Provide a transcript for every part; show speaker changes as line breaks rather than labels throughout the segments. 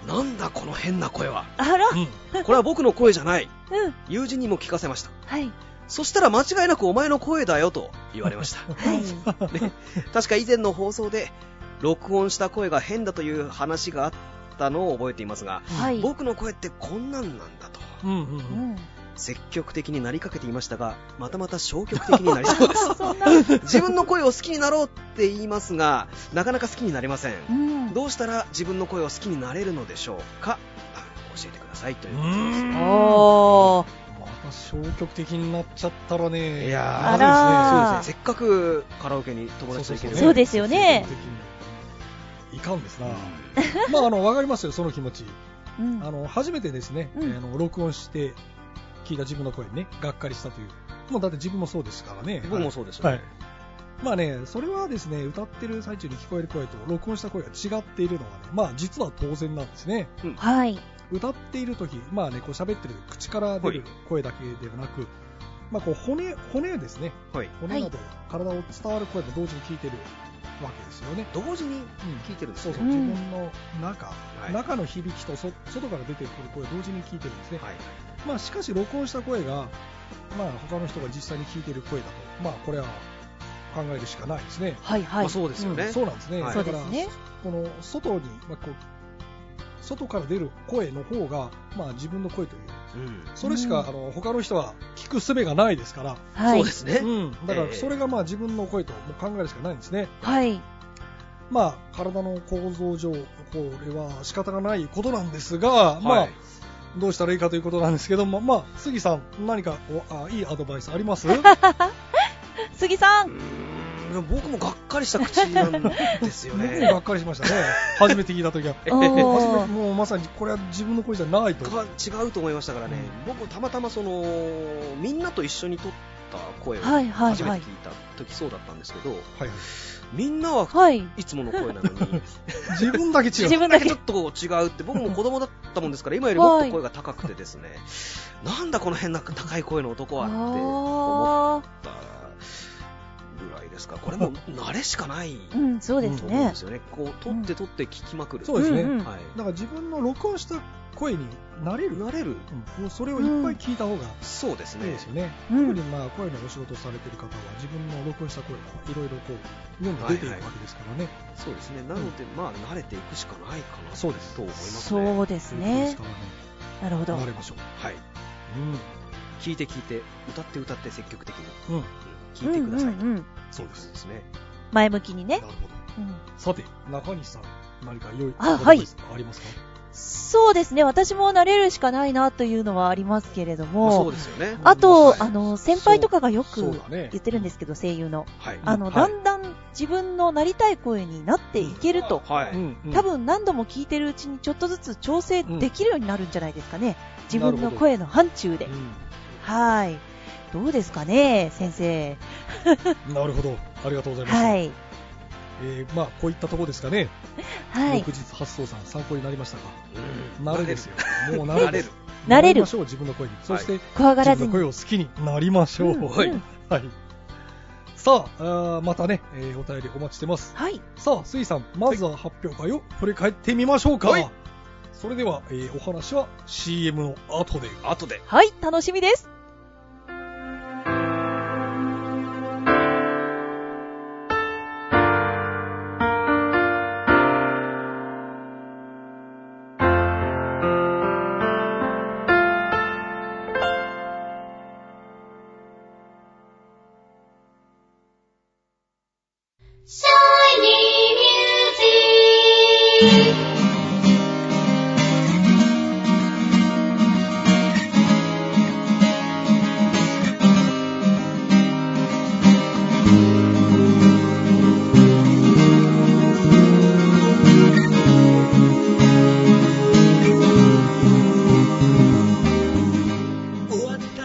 なんだこの変な声は。
あら、
うん。
これは僕の声じゃない。
うん。
友人にも聞かせました。
はい。
そしたら間違いなくお前の声だよと言われました。
はい。
確か以前の放送で、録音した声が変だという話があったのを覚えていますが、
はい。
僕の声ってこんなんなんだと。
うんうんう。
うんん。
積極的になりかけていましたが、またまた消極的になりそうです。
そんな。
自分の声を好きになろうって言いますが、なかなか好きになれません。
うん。
どうしたら自分の声を好きになれるのでしょうかあ教えてくださいといううことです。
ーん。消極的になっちゃったらね
いやー
まずい
あ
そうですねせっかくカラオケに友達と行ける
そうですよね
積極的にいかんですな、まああの分かりますよその気持ち
うん
あの初めてですね、
うん
えーあの録音して聞いた自分の声にねがっかりしたというもうだって自分もそうですからね
僕もそうですよね、
はいまあねそれはですね歌ってる最中に聞こえる声と録音した声が違っているのはねまあ実は当然なんですね
はい。
歌っている時まあねこう喋ってる口から出る声だけではなく、まあこう骨骨ですね
はい
骨など体を伝わる声も同時に聞いてるわけですよね、
同時に
うん
聞いてるんですね
そうそう、
うん
自分の中、
い
中の響きとそ外から出てくる声同時に聞いてるんですね、
はい
まあ、しかし録音した声が、まあ、他の人が実際に聞いてる声だと、まあ、これは考えるしかないですね。
はい、
ま
はい。
あ、そうですよね、
うんそうなんですね、
はい
そう
だ
で
から
すね。
この外に、まあ、こう外から出る声の方が、まあ、自分の声という
うん
それしか、
うん
あの他の人は聞く術がないですから、
は
そ
いう
で。すね、
うん、だか
え
ら
え
それがまあ自分の声ともう考えるしかないんですね。
はい。
まあ、体の構造上、これは仕方がないことなんですが、ま
は
あ
い、
どうしたらいいかということなんですけども、まあ、杉さん、何かおあいいアドバイスあ ります
杉さ。
うんーんでも僕もがっかりした口なんですよ
僕 もが
ね
っかりしましたね、初めて聞いたときは。
お
初め
ー
てもうまさにこれは自分の声じゃないと。
か違うと思いましたからね、僕もたまたまそのみんなと一緒に撮った声を
はい、はい、
初め
はい
て。聞いた時そうだったんですけど、
はい、
みんなは
はい。
いつもの声なのに
自分だけ違
自
う。
分だ
だけ
け
ちょ。っと違うって僕も子供だったもんですから今よりもっと声が高くてですねなんだこの変な高い声の男はって思っ
あ
たぐらいですかこれも慣れしかない
ーうん、そうです
と思うん
ね
で。すよね、こう撮って撮って聞きまくる、
そうですね。
うんうん
だ
はい、
から自分の録音した声になれる。
慣れる
うんもうそれをいっぱい聞いた方が
そうです
いい
ね
ですよね。
う
特に
ん。
まあ声のお仕事されてる方は自分の録音した声がいろいろこう世に出ているわけですからね。
そうですねなので、まあ慣れていくしかないかな
そうです
と思いますね
そうで
です
ね
か。らね。
なるほど
慣。れましょう。
はい聞いて聞いて歌って歌って積極的に
うん。うん。
聞いてください、
うんうんうん
そうですですね
前向きにね
な。るほど。
うん
さて、中西さん、何か良い
あ
アドバイスありますか、
そうですね。私も慣れるしかないなというのはありますけれど
まあそう
も。
ですよね
あ
あと
は、い
あの、先輩とかがよ
そう
く
だね。
言ってるんですけど、声優の。
はい
あの、だんだん自分のなりたい声になっていけると。
はい、
ん、うん
多、分何度も聞いてるうちにちょっとずつ調整できるようになるんじゃないですかね。自分の声の範疇で
う。ん
はい。どうですかね、先生。
なるほど。ありがとうございます。
はい。
えーまあ、こういったとこですかね。
はい
翌。日発送さん、参考になりましたか
うん
慣れですよ。もう
慣
慣
れ
れ
る
慣れる
りましょう、自分の声に。そして、
怖がら
自
ず
分の
に。
声を好きになりましょう。
うんうん
はい。はいさああー、またね、えーお便りお待ちしてます。
はい。
さあ、スイさん、まずは発表会を振り返ってみましょうか。
はい
それでは、えーお話は CM の後で。
後で
はい、楽しみです。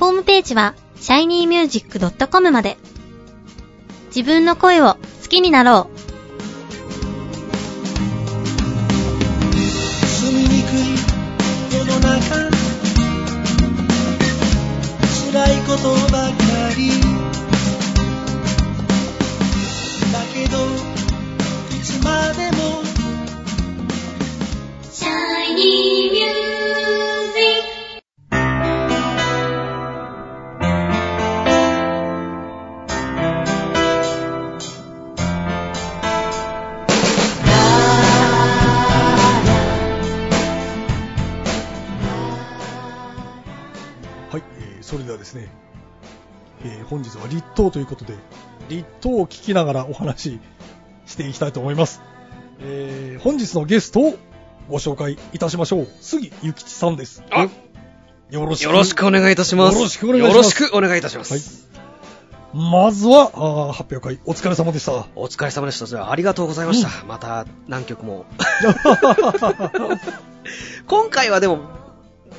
ホームページは shinymusic.com まで。自分の声を好きになろう。
住みにくい世の中辛いことばかりだけどいつまでも
shiny music
はい、えーそれではですね、えー本日は立冬ということで、立冬を聞きながらお話ししていきたいと思います。えー本日のゲストをご紹介いたしましょう。杉ゆきちさんです。
あ
よろしく。
よろしくお願いいたします。
よろしくお願いします
よろしくお願いいたします。
はいまずは、あー発表会、お疲れ様でした。
お疲れ様でした。じゃあ、ありがとうございました。また、何曲も。 今回はでも、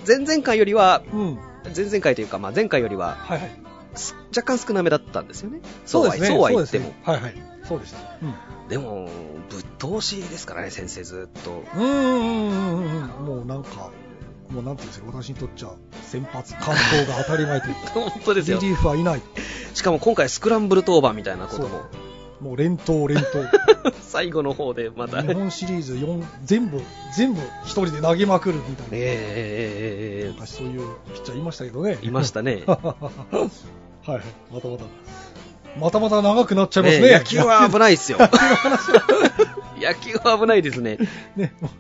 前々回よりは、
うん。は
前々回というか、まあ、前回よりはい
はい。
す若干少なめだったんですよね。そうはそうは言っても。
そうですねはいはい。そうでした。うん。
でも、ぶっ通しですからね、先生ずっ と。
うーんうんうんうんうんもうなんか、もうなんていうんですか、私にとっちゃ先発、完投が当たり前という
本当です
リ
よ。
リーフはいない、
しかも今回スクランブル当番みたいなことも、
もう連投、連投、
最後の方でまた。
日
え
本シリーズ4、全部、全部一人で投げまくるみたいな、
えええええ
昔そういうピッチャーいましたけどね、。
えいましたね
はいはい、またまた、またまた長くなっちゃいます
え
ね、
え野球は危ないですよ。野球は危ないですね。
ねもう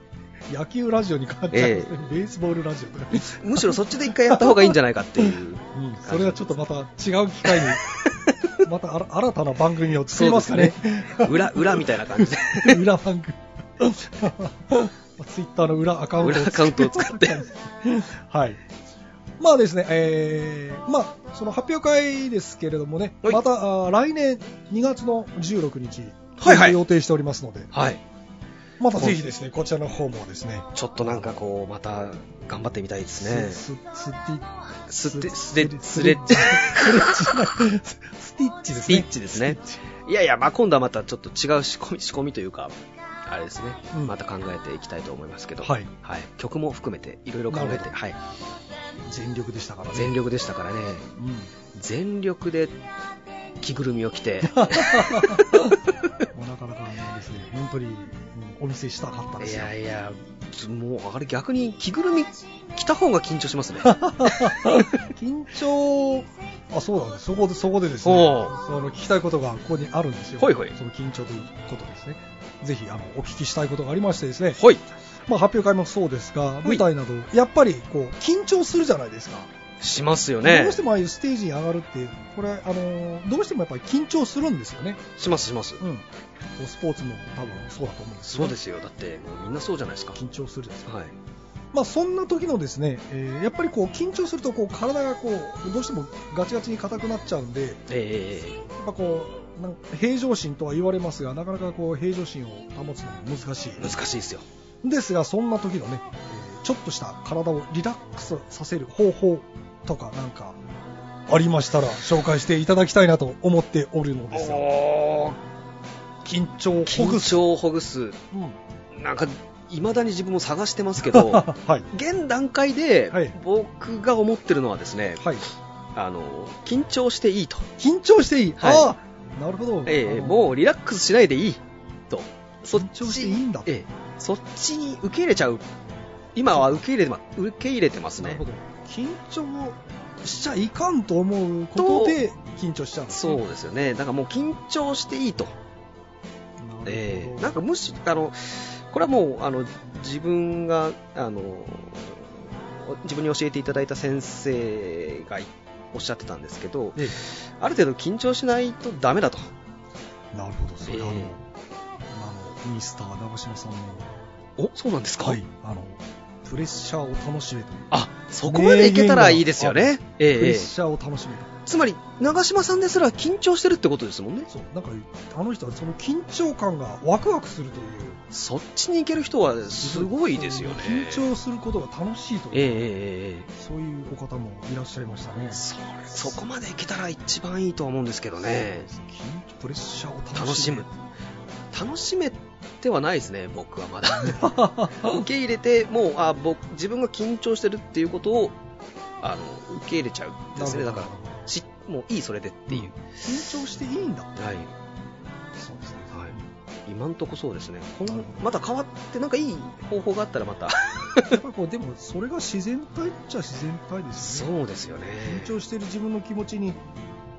野球ラジオに変わっちゃいますね、ベースボールラジオ とか、
むしろそっちで一回やった方がいいんじゃないかっていう。
うんそれはちょっとまた違う機 会に。またあら新たな番組を作り ますかね。
裏、裏みたいな 感じで。
裏番組ツイッターの裏アカウント
裏アカウントを使って。
はいまあですね、えーまあ、その発表会ですけれどもね、
はい
またあー来年2月の16日、
はいはい
予定しておりますので、
はい。
またぜひですね、こちらの方もですね、
ちょっとなんかこう、また頑張ってみたいですね。
スススティ
ス
ス
テ、
テ
ステ、ス
ス
レ
レ
ッ
ッ
チ
チ。ススティッチですね。
スティッチですね
スティッチ
いやいや、まあ、今度はまたちょっと違う仕込み、仕込みというか、あれですね。
うん
また考えていきたいと思いますけど。
はい。
はい。曲も含めて、いろいろ考
な
え
るほ
て、
ど
はい。
全力でしたからね。
全力でしたからね。
うん
全力で、着ぐるみを着 て、
もうなかなかねですね、本当にうんお見せしたかったで
い
すよ。
やいや、もうあれ逆に着ぐるみ着た方が緊張しますね。
緊張、あ、そうなんです。そこで、そこでです
おう、
ね その聞きたいことがここにあるんですよ。
ほいほい
その緊張ということですね。ぜひ、あの、お聞きしたいことがありましてですね、
ほい。
まあ、発表会もそうですが、
い
舞台など、やっぱり、こう、緊張するじゃないですか。
しますよね
どうし。てもああいうステージに上がるって、これ、あのー、どうしてもやっぱり緊張するんですよね。
しますします。
うん。こうスポーツも多分そうだと思うんですけ
そ
ど
うですよ。だって、もうみんなそうじゃないですか。
緊張するじゃな
は
いですか。
い。
まあ、そんな時のですね、えーやっぱりこう緊張するとこう体がこうどうしてもガチガチに硬くなっちゃうんで、やっ
ええ
ぱこうなん平常心とは言われますが、なかなかこう平常心を保つのも難し
難しいですよ。
い。ですが、そんな時のね、えーちょっとした体をリラックスさせる方法とかなんかありましたら紹介していただきたいなと思っておるのですが、
おー
緊張をほぐ
緊
す。
張をほぐす。
うん
なんか、いまだに自分も探してますけ ど、
はい。
現段階で
はい
僕が思ってるのはですね、
はい。
あの、緊張していいと。
緊張していい。
はい
ああ、なるほど。
ええ
あの
もうリラックスしないでいいと。そっ
緊
ち
張していいんだ
ええそっちに受け入れちゃう。今は受け入れてま、受け入れてます
なる
ね
ほ。ど緊張しちゃいかんと思うことで緊張しちゃうんです
そう
ね
ですよね。だからもう緊張していいと。
なるほど
ええなんかむしあのこれはもうあの自分があの自分に教えていただいた先生がいおっしゃってたんですけど、
え
ある程度緊張しないとダメだと、
なるほどそれあの、
ええ
あのミスター長嶋さんの
おそうなんですか、
はいあのプレッシャーを楽しめと、
あそこまでいけたらいいですよね、え
プレ
ええ
ッシャーを楽しめと
えつまり長嶋さんですら緊張してるってことですもんね、
そうなんかあの人はその緊張感がワクワクするという
そっちに行ける人はすごいですよね、
緊張することが楽しいと
えええ
いう、
えええ
そういうお方もいらっしゃいましたね
それそこまでいけたら一番いいとは思うんですけどね。
緊張プレッシャーを楽
楽し
しめ
む楽しめてはないですね僕はまだ 受け入れてもうあ僕自分が緊張してるっていうことをあの受け入れちゃうですね
な
だ
るほど
からしもういいそれでっていう、
緊張していいんだ
はい
そうですね、
はい、今んとこそうですねこん
なるほど
また変わってなんかいい方法があったらまた
やっぱこうでもそれが自然体っちゃ自然体ですよね
そうですよね
緊張してる自分の気持ちに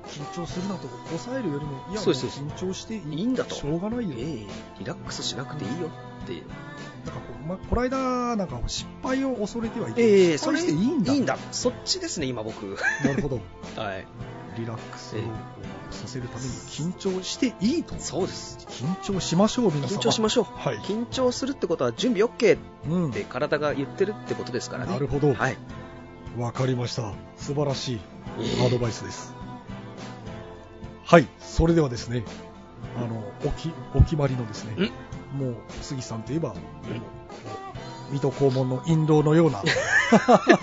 緊張するなと抑えるよりもいや
そうです
もう緊張していい
いいんだと
しょうがないよ、
ええリラックスしなくていいよ、っていう
なんかこう、ま、この間なんか失敗を恐れてはいけない、
ええそ
失敗
れ
していいんだ
いいんだそっちですね今僕
なるほど
はい
リラックスをこうさせるために緊張していいと
そうです
緊張しましょう皆
緊
様
張しましょう、
はい
緊張するってことは準備 OK っ
うん
て体が言ってるってことですからね
なるほど
はい
わかりました素晴らしいアドバイスですはいそれではですねあのおきお決まりのですねもう杉さんといえばもう水戸黄門の印籠のよう な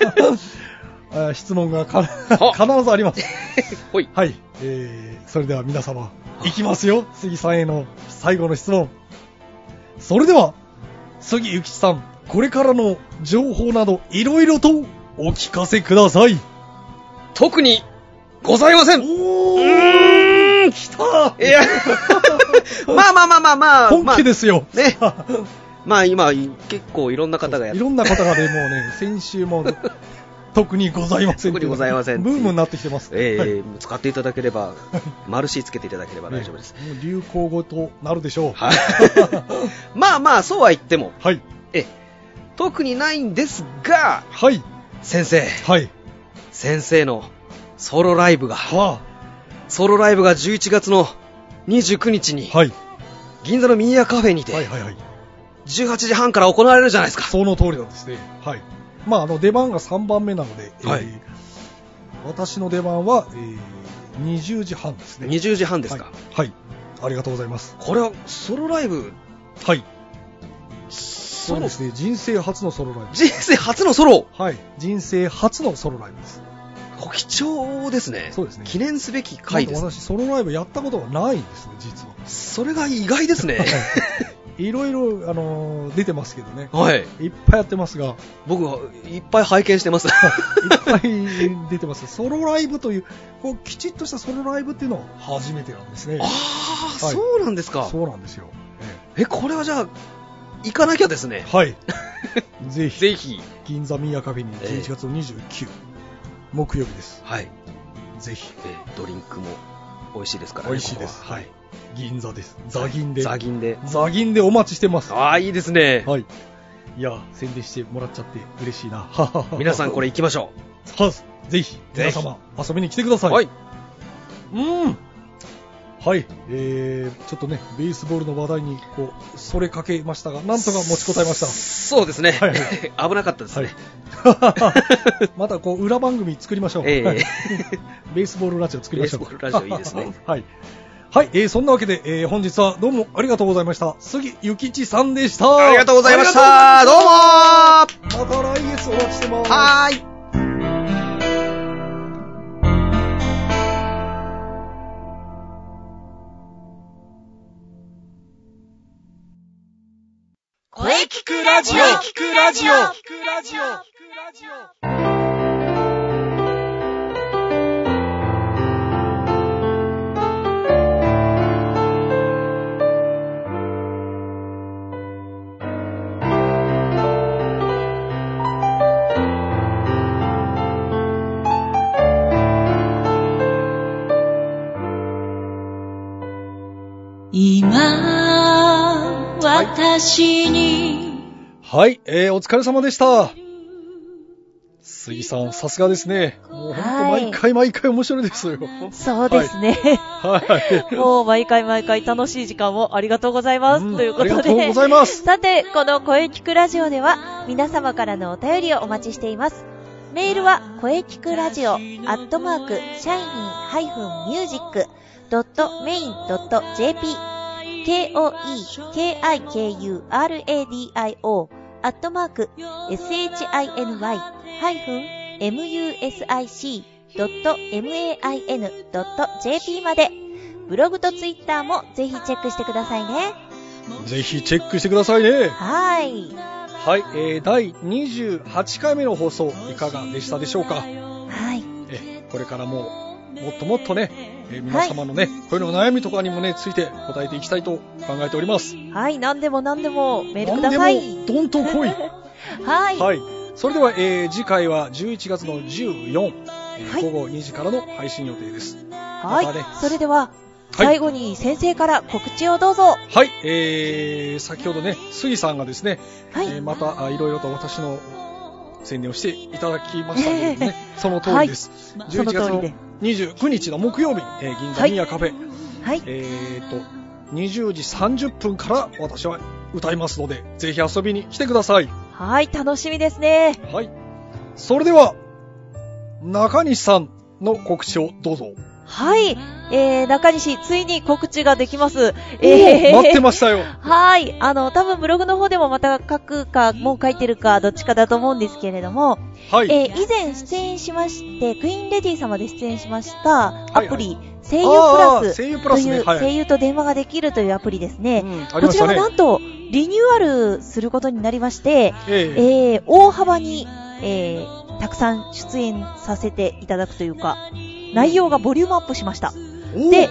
あー質問がか必ずあります
ほい
はい、えー、それでは皆様、いきますよ、杉さんへの最後の質問。それでは、杉ゆきさん、これからの情報など、いろいろとお聞かせください。
特にございませんう
お
ーん
来た
いや まあまあまあまあまあ、
本気ですすよ。
ねまあ今結構いろんな方がやっ
いろんな方がね、も うね、先週も、特にございませんっ
特
てう
にございませんって
ブ
いう
ームになってきてます。
え
はい
ー使っていただければ、マルシーつけていただければ大丈夫です。
ねもう流行語となるでしょう。
はい。 まあまあ、そうは言っても、
はい。
え、特にないんですが、
はい。
先生、
はい。
先生のソロライブが、
は
ソロライブが11月の29日に
あ。、はい。
銀座のミニアカフェにて、
はいはいはい。
18時半から行われるじゃないですか。
その通りなんですね。はい。まあ、あの、出番が3番目なので、
はい
ー私の出番は、えー20時半ですね。
20時半ですか。
はい。はい。ありがとうございます。
これはソロライブ、
はい。
ソ
そう
ロ
で、すね。人生初のソロライ
人生初のソロ、
ブ。はい。人生初のソロライブです。
ご貴重ですね。
そうですね
記念すべき回です
なん。と私、ソロライブやったことがないんですね、実は。
それが意外ですね。
いろいろ、あのー出てますけどね。
はい。
いっぱいやってますが、
僕はいっぱい拝見して ます。
いっぱい出てます。 ソロライブという、こう、きちっとしたソロライブっていうのは初めてなんですね。
ああ、
はい
そうなんですか。
そうなんですよ。え
え、これはじゃあ、行かなきゃですね
え。はい。ぜひ、
ぜひ。
銀座ミーアカフェに
ええ
11月の29、木曜日です。
はい。
ぜひ、
えードリンクも美味しいですからね。
美味しいです。
ここは
はい。。銀座です。ザ銀で。
ザ銀で。
ザ銀でお待ちしてます。
ああ、いいですね。
はい。いや、宣伝してもらっちゃって嬉しいな。
皆さんこれ行きましょ
はぜひ、皆様、遊びに来てくだ
う。
さい。。。うん。はい。えー、ちょっとね、ベースボールの話題に、こう、それかけましたが、なんとか持ちこたえました。
そうですね。
はい
危なかったですね。
はい、 またこう裏番組作りましょう、
ええ
はい ベースボールラジオ作りましょう
ベースボールラジオいいですね
はい、はいえーそんなわけで、えー本日はどうもありがとうございました杉ゆきちさんでした
ありがとうございまし
あ
た。
り
どう
が
も
とうござ
は
いましたまた来月お待ちしてます
ーい。
声聞くラジオ聞くラジオ今、私に、
はい、えーお疲れ様でした杉さんさすがですねもう本当
はい
毎回毎回面白いですよ
そうですね。
はい
もう毎回毎回楽しい時間をありがとうございます。
ん
ということで。
ありがとうございます
さて、この声聞くラジオでは、皆様からのお便りをお待ちしています。メールは、声聞くラジオ、アットマーク、シャイニー -music.main.jp、k-o-e-k-i-k-u-r-a-d-i-o、アットマーク、shiny-music.main.jp まで、ブログとツイッターもぜひチェックしてくださいね。
ぜひチェックしてくださいね
はい。
はい、えー、第28回目の放送いかがでしたでしょうか
はい。
えこれからももっともっとね、えー皆様のね、こういうの悩みとかにもねついて答えていきたいと考えております
はい、何でも何でもメールください。
何でもどんと来い
はい。
はいそれでは、えー次回は11月の14、えー
はい
午後2時からの配信予定です
は
またね
い。それでは、最後に先生から告知をどうぞ。
はい、えー、先ほどね、杉さんがですね、
はい。
えーまたあいろいろと私の宣伝をしていただきましたけれどもね、その通りです。
はいその
11月の
通りで
29日の木曜日に、えー銀座ミヤカフェ、
はい。
えーと、20時30分から私は歌いますので、ぜひ遊びに来てください。
はい、楽しみですね。
はい。それでは、中西さんの告知をどうぞ。
はい。えー、中西、ついに告知ができます。
おー待って
ま
ましたよ。
はい。あの、多分ブログの方でもまた書くか、もう書いてるか、どっちかだと思うんですけれども、
はい。
えー以前出演しまして、クイーンレディー様で出演しました
いは
ア
い
プリ、声優プ
あ
ラ
ー
ス
声優プ
と
ラス
い
ね。
う
はい。
声優と電話ができるというアプリですね。
うん、あり
こ
まし
ち
た
らがな。
ね
んとリニューアルすることになりまして、
ええ
えー大幅に、えーたくさん出演させていただくというか、内容がボリュームアップしました。
おー
で、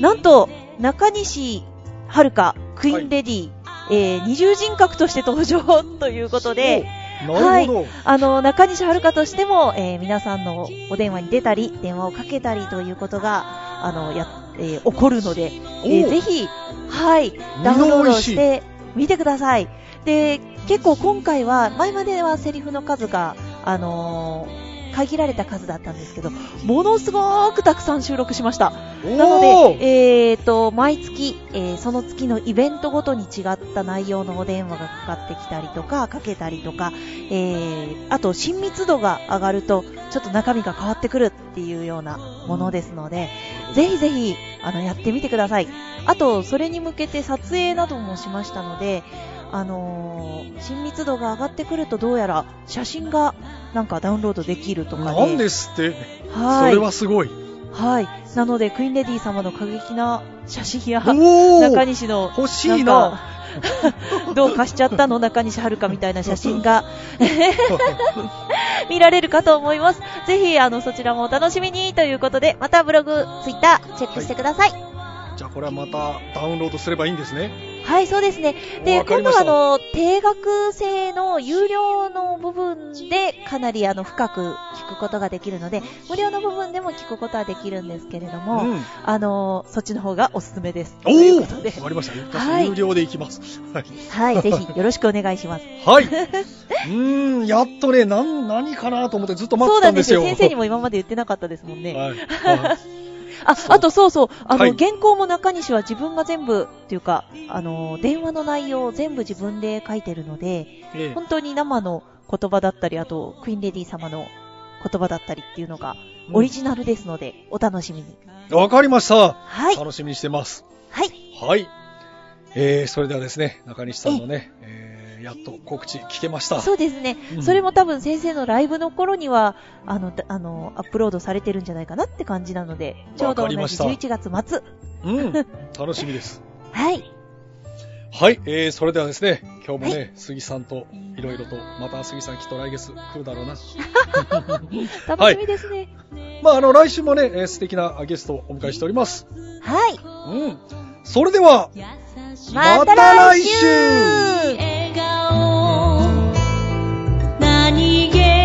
なんと、中西遥、クイーンレディー、えー二重人格として登場ということで、
おなるほど。
あの、中西遥としても、えー皆さんのお電話に出たり、電話をかけたりということが、あの、や、えー起こるので、えー
おう
ぜひ、はい、ダウ
二
ンロー
の美
ド
味し
し
い。
てみてください。で、結構今回は、前まではセリフの数が、あのー限られた数だったんですけど、ものすごくたくさん収録しました。なの
おー
で、えー、と、毎月、えーその月のイベントごとに違った内容のお電話がかかってきたりとか、かけたりとか、えーあと、親密度が上がると、ちょっと中身が変わってくるっていうようなものですので、ぜひぜひ、あの、やってみてください。あと、それに向けて撮影などもしましたので、あのー親密度が上がってくると、どうやら写真がなんかダウンロードできるとかで。
なんですって。そ
はい。
れはすごい。
はい。なので、クイーンレディー様の過激な写真や、
おお
中西の、
欲しい
なん
な。
か どうかしちゃったの中西遥みたいな写真が 見られるかと思います。ぜひ、あの、そちらもお楽しみにということで、またブログ、ツイッター、チェックしてください。はい、
じゃあこれはまたダウンロードすればいいんですね。
そうですね。で、
わか
今
り
度
ま
は、あの、
した
定額制の有料の部分で、かなり、あの、深く聞くことができるので、無料の部分でも聞くことはできるんですけれども、
うん。
あのーそっちの方がおすすめです。とい
お
う
お
ことで
終、わりましたね。
はい
有料でいきます。はい。
はい、ぜひよろしくお願いします。
はい。うーん、やっとね、なん、何かなと思ってずっと 待っ
そうな
てた
ん
ん
で
ですす
よ。
よ。
先生にも今まで言ってなかったですもんね。
はい。はい
あ、あとそうそう、あの、
はい
原稿も中西は自分が全部、っていうか、あのー電話の内容を全部自分で書いてるので、
え え
本当に生の言葉だったり、あと、クイーンレディー様の言葉だったりっていうのが、オリジナルですので、お楽しみに。
わかりました。
はい、
楽しみにしてます。
はい、
はい。えー、それではですね、中西さんのね、えー、やっと告知聞けました。
そうですね。
うん
それも多分先生のライブの頃には、あの、だあの、アップロードされてるんじゃないかなって感じなので、ちょうど同
わか
じ
りました
11月末。
うん。楽しみです。
はい。
はい。えー、それではですね、今日もね、
は
杉さんといろいろと、また杉さんきっと来月来るだろうな。
楽しみですね。
まあ、あの、来週もね、えー素敵なゲストをお迎えしております。
はい。
うん。それでは、
ま
ま
た
た
来
来
週
週
笑顔何気